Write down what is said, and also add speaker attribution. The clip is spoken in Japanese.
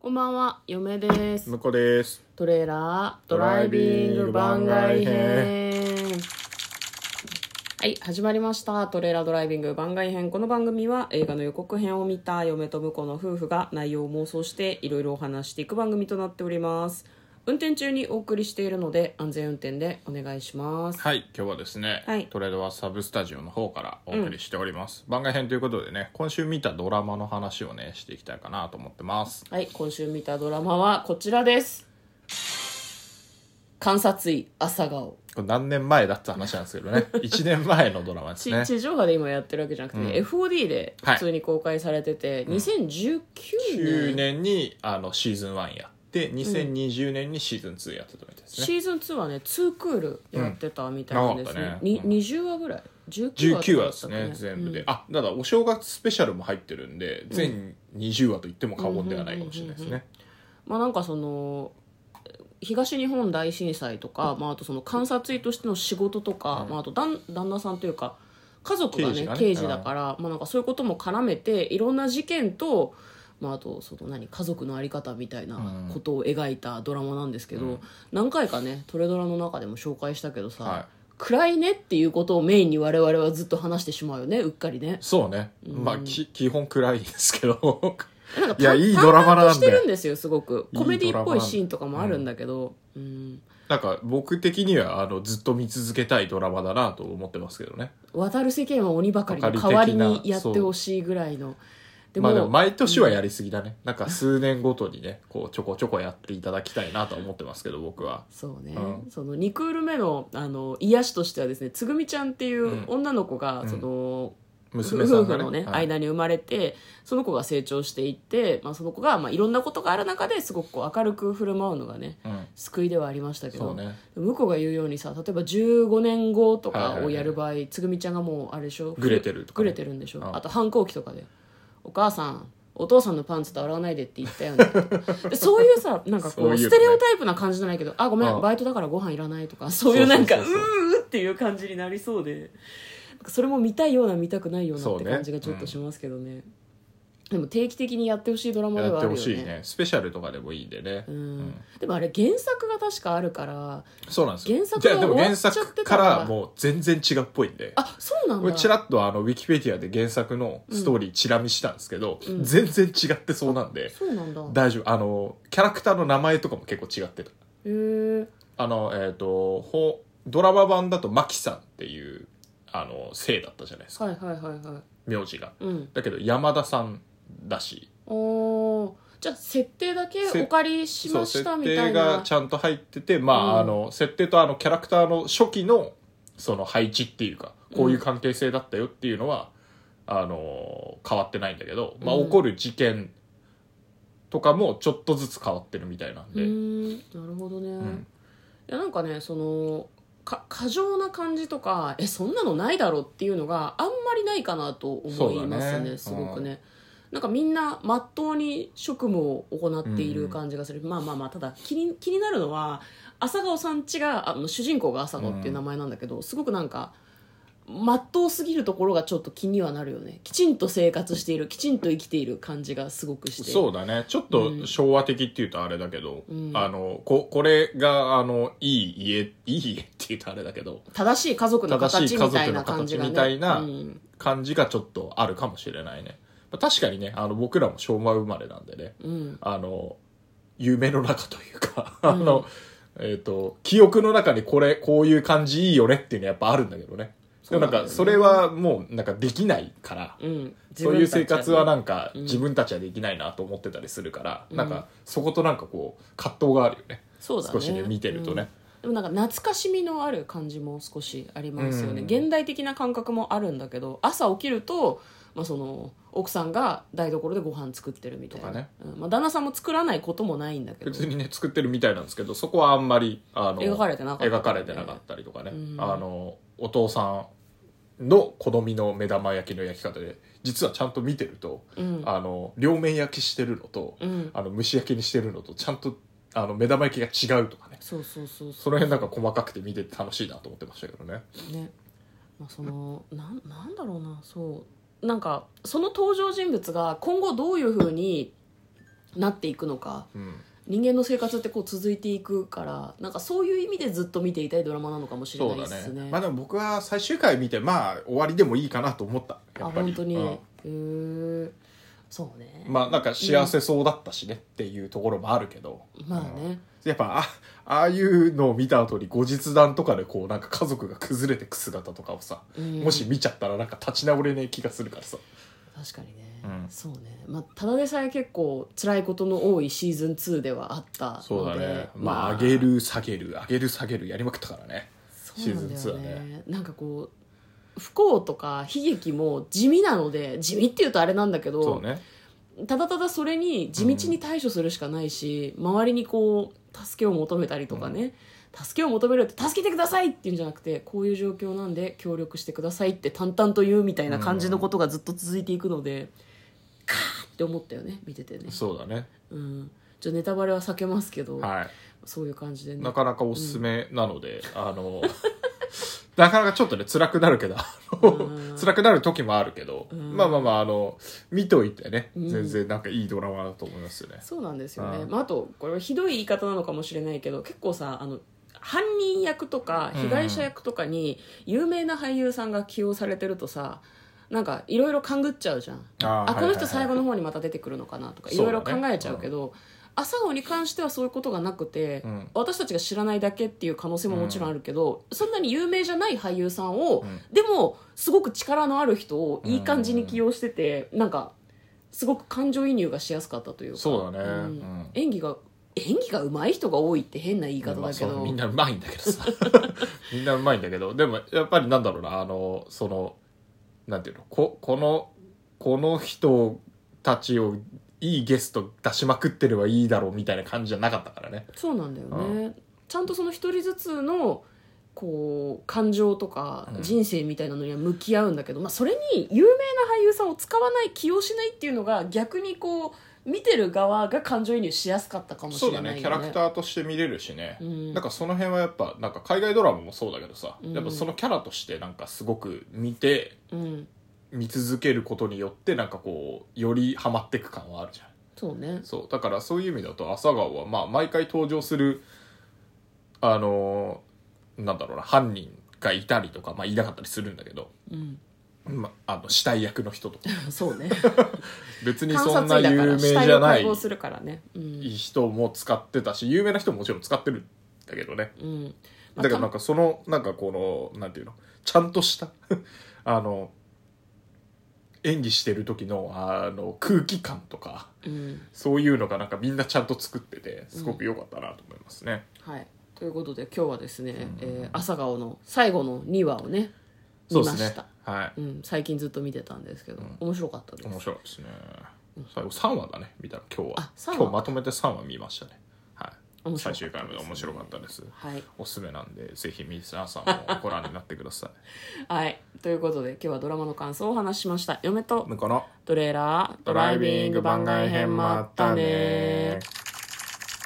Speaker 1: こんばんは、嫁です。
Speaker 2: 向こうです
Speaker 1: トレーラードライビング番外編。はい、始まりました。トレーラードライビング番外編。この番組は映画の予告編を見た嫁と婿の夫婦が内容を妄想していろいろお話していく番組となっております。運転中にお送りしているので安全運転でお願いします。
Speaker 2: はい今日はですね、
Speaker 1: はい
Speaker 2: トレードはサブスタジオの方からお送りしております、番外編ということでね今週見たドラマの話をねしていきたいかなと思ってます
Speaker 1: はい、今週見たドラマはこちらです。観察医朝顔。
Speaker 2: これ何年前だって話なんですけど ね1年前のドラマです
Speaker 1: ち
Speaker 2: ね
Speaker 1: 地上波で今やってるわけじゃなくて、FOD で普通に公開されてて、2019
Speaker 2: 9
Speaker 1: 年
Speaker 2: 年にあのシーズン1やって2020年にシーズン2やってたみたいですね、
Speaker 1: シーズン2はね2クールやってたみたいなんですね,、
Speaker 2: うん長かった
Speaker 1: に
Speaker 2: ね
Speaker 1: 20話ぐらい19話
Speaker 2: 19話
Speaker 1: だ
Speaker 2: で
Speaker 1: っ
Speaker 2: す
Speaker 1: たか
Speaker 2: ね全部で、あだからお正月スペシャルも入ってるんで全20話と言っても過言ではないかもしれないですね
Speaker 1: まあなんかその東日本大震災とか、まあ、あとその監察医としての仕事とか、まあ、あと旦旦那さんというか家族がね刑
Speaker 2: 刑
Speaker 1: 事
Speaker 2: 事がね
Speaker 1: だから、まあ、なんかそういうことも絡めていろんな事件と、まあ、あとその何家族の在り方みたいなことを描いたドラマなんですけど、何回かねトレドラの中でも紹介したけどさ、
Speaker 2: はい
Speaker 1: 暗いねっていうことをメインに我々はずっと話してしまうよねうっかりね。
Speaker 2: そうね、まあき基本暗いですけど
Speaker 1: なんか
Speaker 2: いや
Speaker 1: 淡
Speaker 2: いいドラマな
Speaker 1: 淡々とし
Speaker 2: んで
Speaker 1: てるんですよすごく
Speaker 2: いいドラマ
Speaker 1: コメディっぽいシーンとかもあるんだけど、うん
Speaker 2: なんか僕的にはあのずっと見続けたいドラマだなと思ってますけどね
Speaker 1: 渡る世間は鬼ばかりの
Speaker 2: ばか
Speaker 1: 代わ
Speaker 2: り
Speaker 1: り
Speaker 2: 的な
Speaker 1: にやってほしいぐらいので
Speaker 2: ま
Speaker 1: も,、
Speaker 2: あでも毎年はやりすぎだね、なんか数年ごとにねこうちょこちょこやっていただきたいなと思ってますけど僕は
Speaker 1: そうね、
Speaker 2: う
Speaker 1: その2クール目のあの癒しとしてはですねつぐみちゃんっていう女の子が、
Speaker 2: ん
Speaker 1: その
Speaker 2: 娘さ
Speaker 1: 夫
Speaker 2: ん
Speaker 1: 婦
Speaker 2: がね
Speaker 1: の、ね
Speaker 2: はい
Speaker 1: 間に生まれてその子が成長していって、まあ、その子が、まあ、いろんなことがある中ですごくこう明るく振る舞うのがね
Speaker 2: うん、
Speaker 1: 救いではありましたけ
Speaker 2: そ
Speaker 1: ど、
Speaker 2: うね
Speaker 1: 向こうが言うようにさ例えば15年後と
Speaker 2: はいは
Speaker 1: か
Speaker 2: いはい
Speaker 1: をやる場合、つぐみちゃんがもうあれでしょ
Speaker 2: グレてるとか
Speaker 1: グ
Speaker 2: ね
Speaker 1: レてるんでしょ
Speaker 2: うん
Speaker 1: あと反抗期とかで「お母さんお父さんのパンツと洗わないで」って言った よねでそういうさなんかこう
Speaker 2: そういうね
Speaker 1: ステレオタイプな感じじゃないけど「あごめん、
Speaker 2: うん
Speaker 1: バイトだからご飯いらない」とかそういうなんかう
Speaker 2: そうそうそう
Speaker 1: ーうっていう感じになりそうでなんかそれも見たいような見たくないようなって感じがちょっとしますけどねでも定期的にやってほしいドラマで
Speaker 2: や
Speaker 1: は
Speaker 2: っ
Speaker 1: あ
Speaker 2: て
Speaker 1: るよ
Speaker 2: ほしいね
Speaker 1: ね
Speaker 2: スペシャルとかでもいいんでね、
Speaker 1: う
Speaker 2: うんん、
Speaker 1: でもあれ原作が確かあるから
Speaker 2: そうなんですよ
Speaker 1: 原作
Speaker 2: じ
Speaker 1: が
Speaker 2: ゃあでも
Speaker 1: 終わ
Speaker 2: 原
Speaker 1: っちゃってたのか
Speaker 2: 作からもう全然違うっぽいんで
Speaker 1: あそうなん
Speaker 2: これ
Speaker 1: だ
Speaker 2: ちらっとあのウィキペディアで原作のストーリーチラ見したんですけど、全然違ってそうなんで、
Speaker 1: そうなんだ
Speaker 2: 大丈夫あのキャラクターの名前とかも結構違ってた
Speaker 1: へえ
Speaker 2: あのえっ、とほドラマ版だとマキさんっていうあの姓だったじゃないですか
Speaker 1: はいはいはいはい
Speaker 2: 名字が
Speaker 1: うん
Speaker 2: だけど山田さんだし
Speaker 1: おーじゃあ設定だけ
Speaker 2: せ
Speaker 1: お借りしましたみ
Speaker 2: 設
Speaker 1: た
Speaker 2: 定
Speaker 1: いな
Speaker 2: がちゃんと入っててまあ,、
Speaker 1: うん
Speaker 2: あの設定とあのキャラクターの初期のその配置っていうかこういう関係性だったよっていうのは、あの変わってないんだけど、まあ、
Speaker 1: うん
Speaker 2: 起こる事件とかもちょっとずつ変わってるみたいなん
Speaker 1: う
Speaker 2: で、
Speaker 1: ーんなるほどね、
Speaker 2: ん
Speaker 1: いやなんかねそのか過剰な感じとかえそんなのないだろうっていうのがあんまりないかなと思います
Speaker 2: そう
Speaker 1: ね
Speaker 2: だね
Speaker 1: すごくね、なんかみんなまっとうに職務を行っている感じがする、まあまあまあただ気に気になるのは朝顔さんちがあの主人公が朝顔っていう名前なんだけど、すごくなんかまっとうすぎるところがちょっと気にはなるよねきちんと生活しているきちんと生きている感じがすごくして
Speaker 2: そうだねちょっと昭和的っていうとあれだけど、
Speaker 1: うん
Speaker 2: あのここれがあのいい家いい家って言うとあれだけど
Speaker 1: 正しい家族の形みたいな感じがね
Speaker 2: 正しい家族の形みたいな
Speaker 1: うん
Speaker 2: 感じがちょっとあるかもしれないねまあ確かにねあの僕らも昭和生まれなんでね
Speaker 1: うん
Speaker 2: あの夢の中というかあの、えっ、と記憶の中にこれこういう感じいいよねっていうのはやっぱあるんだけどねでもなんか
Speaker 1: そ
Speaker 2: そう
Speaker 1: なんだよね
Speaker 2: れはもうなんかできないから、
Speaker 1: うん、
Speaker 2: そういう生活は
Speaker 1: な
Speaker 2: なんか自分たちはできないなと思ってたりするから、なんかそことなんかこう葛藤があるよね
Speaker 1: そうだ、ね、
Speaker 2: 少しね見てるとね、
Speaker 1: うん、でもなんか懐かしみのある感じも少しありますよね、
Speaker 2: うん
Speaker 1: 現代的な感覚もあるんだけど朝起きると、まあ、その奥さんが台所でご飯作ってるみたいな、
Speaker 2: とかね
Speaker 1: うんまあ、旦那さんも作らないこともないんだけど
Speaker 2: 別にね作ってるみたいなんですけどそこはあんまりあの
Speaker 1: 描かれてなかったね
Speaker 2: 描かれてなかったりとかね、
Speaker 1: うん
Speaker 2: あのお父さんの好みの目玉焼きの焼き方で実はちゃんと見てると、
Speaker 1: うん
Speaker 2: あの両面焼きしてるのと、
Speaker 1: うん
Speaker 2: あの蒸し焼きにしてるのとちゃんとあの目玉焼きが違うとかね
Speaker 1: そうそうそうそ
Speaker 2: その辺なんか細かくて見てて楽しいなと思ってましたけどね
Speaker 1: うね、まあ、そのなんなんだろうなそうなんかその登場人物が今後どういうふうになっていくのか
Speaker 2: うん
Speaker 1: 人間の生活ってこう続いていくからなんかそういう意味でずっと見ていたいドラマなのかもしれ
Speaker 2: そ
Speaker 1: な
Speaker 2: う
Speaker 1: い
Speaker 2: だ
Speaker 1: ですね
Speaker 2: ねまあでも僕は最終回見てまあ終わりでもいいかなと思ったや
Speaker 1: あ
Speaker 2: っぱり
Speaker 1: 本当に、
Speaker 2: う
Speaker 1: へ
Speaker 2: ん
Speaker 1: えそうねま
Speaker 2: まあなんか幸せそうだったしねっていうところもあるけど、
Speaker 1: あね、
Speaker 2: うんやっぱあああいうのを見た後に後日談とかでこうなんか家族が崩れてく姿とかをさ、
Speaker 1: うん
Speaker 2: もし見ちゃったらなんか立ち直れねえ気がするからさ、
Speaker 1: 確かにね、
Speaker 2: うん
Speaker 1: そうね、まあ、ただでさえ結構辛いことの多いシーズン2ではあったので
Speaker 2: そうだねまあ上げる下げる上げる下げるやりまくったからね
Speaker 1: そうなんだよ
Speaker 2: シーズン2は
Speaker 1: ね
Speaker 2: ね
Speaker 1: なんかこう不幸とか悲劇も地味なので地味っていうとあれなんだけど、
Speaker 2: そうね
Speaker 1: ただただそれに地道に対処するしかないし、周りにこう助けを求めたりとかね、助けを求めるって助けてくださいっていうんじゃなくてこういう状況なんで協力してくださいって淡々と言うみたいな感じのことがずっと続いていくので、カーって思ったよね見ててね
Speaker 2: そうだね
Speaker 1: うんちょネタバレは避けますけど、
Speaker 2: はい
Speaker 1: そういう感じでね
Speaker 2: なかなかおすすめなので、あの なかなかちょっとね辛くなるけどあの辛くなる時もあるけど、まあまあまああの見といてね全然なんかいいドラマだと思いますよね、
Speaker 1: そうなんですよね、
Speaker 2: うん
Speaker 1: まあ、あとこれはひどい言い方なのかもしれないけど結構さあの犯人役とか被害者役とかに有名な俳優さんが起用されてるとさなんかいろいろ勘ぐっちゃうじゃん
Speaker 2: あー
Speaker 1: あこの人
Speaker 2: は
Speaker 1: 最
Speaker 2: いはいは
Speaker 1: 後
Speaker 2: い
Speaker 1: の方にまた出てくるのかなとかい
Speaker 2: そう
Speaker 1: ろい
Speaker 2: だね
Speaker 1: ろ考えちゃうけど朝顔に関してはそういうことがなくて、
Speaker 2: うん
Speaker 1: 私たちが知らないだけっていう可能性ももちろんあるけど、そんなに有名じゃない俳優さんを、
Speaker 2: ん
Speaker 1: でもすごく力のある人をいい感じに起用してて、なんかすごく感情移入がしやすかったというか
Speaker 2: そうだ
Speaker 1: ん
Speaker 2: ねうん
Speaker 1: 演技が演技が上手い人が多いって変な言い方だけ
Speaker 2: まあそ
Speaker 1: ど、
Speaker 2: うみんなうまいんだけどさ みんなうまいんだけどでもやっぱりなんだろうなあのそのなんていうのここのこの人たちをいいゲスト出しまくってればいいだろうみたいな感じじゃなかったからね
Speaker 1: そうなんだよね、
Speaker 2: う
Speaker 1: ちゃんとその一人ずつのこう感情とか
Speaker 2: うん
Speaker 1: 人生みたいなのには向き合うんだけど、まあ、それに有名な俳優さんを使わない起用しないっていうのが逆にこう見てる側が感情移入しやすかったかもし
Speaker 2: そ
Speaker 1: れ
Speaker 2: う
Speaker 1: な
Speaker 2: だ
Speaker 1: いよね
Speaker 2: ねキャラクターとして見れるしね、
Speaker 1: うん
Speaker 2: なんかその辺はやっぱなんか海外ドラマもそうだけどさ、
Speaker 1: うん
Speaker 2: やっぱそのキャラとしてなんかすごく見て
Speaker 1: うん
Speaker 2: 見続けることによってなんかこうよりハマっていく感はあるじゃん
Speaker 1: そうね
Speaker 2: そうだからそういう意味だと朝顔はまあ毎回登場するあのーなんだろうな犯人がいたりとか、まあ、いなかったりするんだけど、
Speaker 1: うん
Speaker 2: まあ、あの死体役の人とか
Speaker 1: そうね
Speaker 2: 別に
Speaker 1: 観
Speaker 2: そん
Speaker 1: 察
Speaker 2: な
Speaker 1: 医だか
Speaker 2: 有名
Speaker 1: ら
Speaker 2: じ
Speaker 1: 死体
Speaker 2: ゃ
Speaker 1: を
Speaker 2: な
Speaker 1: 解
Speaker 2: い
Speaker 1: 剖するからねうん、
Speaker 2: 人も使ってたし有名な人ももちろん使ってるんだけどね
Speaker 1: うんまあ
Speaker 2: だからなんかそのなんかこのなんていうのちゃんとした あの演技してる時のあの空気感とか
Speaker 1: たうん
Speaker 2: そういうのがなんかみんなちゃんと作っててすごく良かったなと思いますね。
Speaker 1: はい、ということで今日はですね、えー朝顔の最後の2話をね見ましたう、。
Speaker 2: はい。
Speaker 1: ん、最近ずっと見てたんですけど、面白かったです
Speaker 2: 面白いですね。最後三話だね。見たら今日は
Speaker 1: あ。三
Speaker 2: 今
Speaker 1: 話
Speaker 2: 日まとめて三話見ましたね。はい。
Speaker 1: 面白かった
Speaker 2: 最
Speaker 1: です
Speaker 2: 終回まで面白かったです。
Speaker 1: はい、
Speaker 2: おすすめなんでぜひ皆さんもご覧になってく ださ
Speaker 1: はい、ということで今日はドラマの感想をお話ししました嫁
Speaker 2: い。
Speaker 1: と
Speaker 2: 向こうの
Speaker 1: トレーラード
Speaker 2: ドライビング番外編もあったね。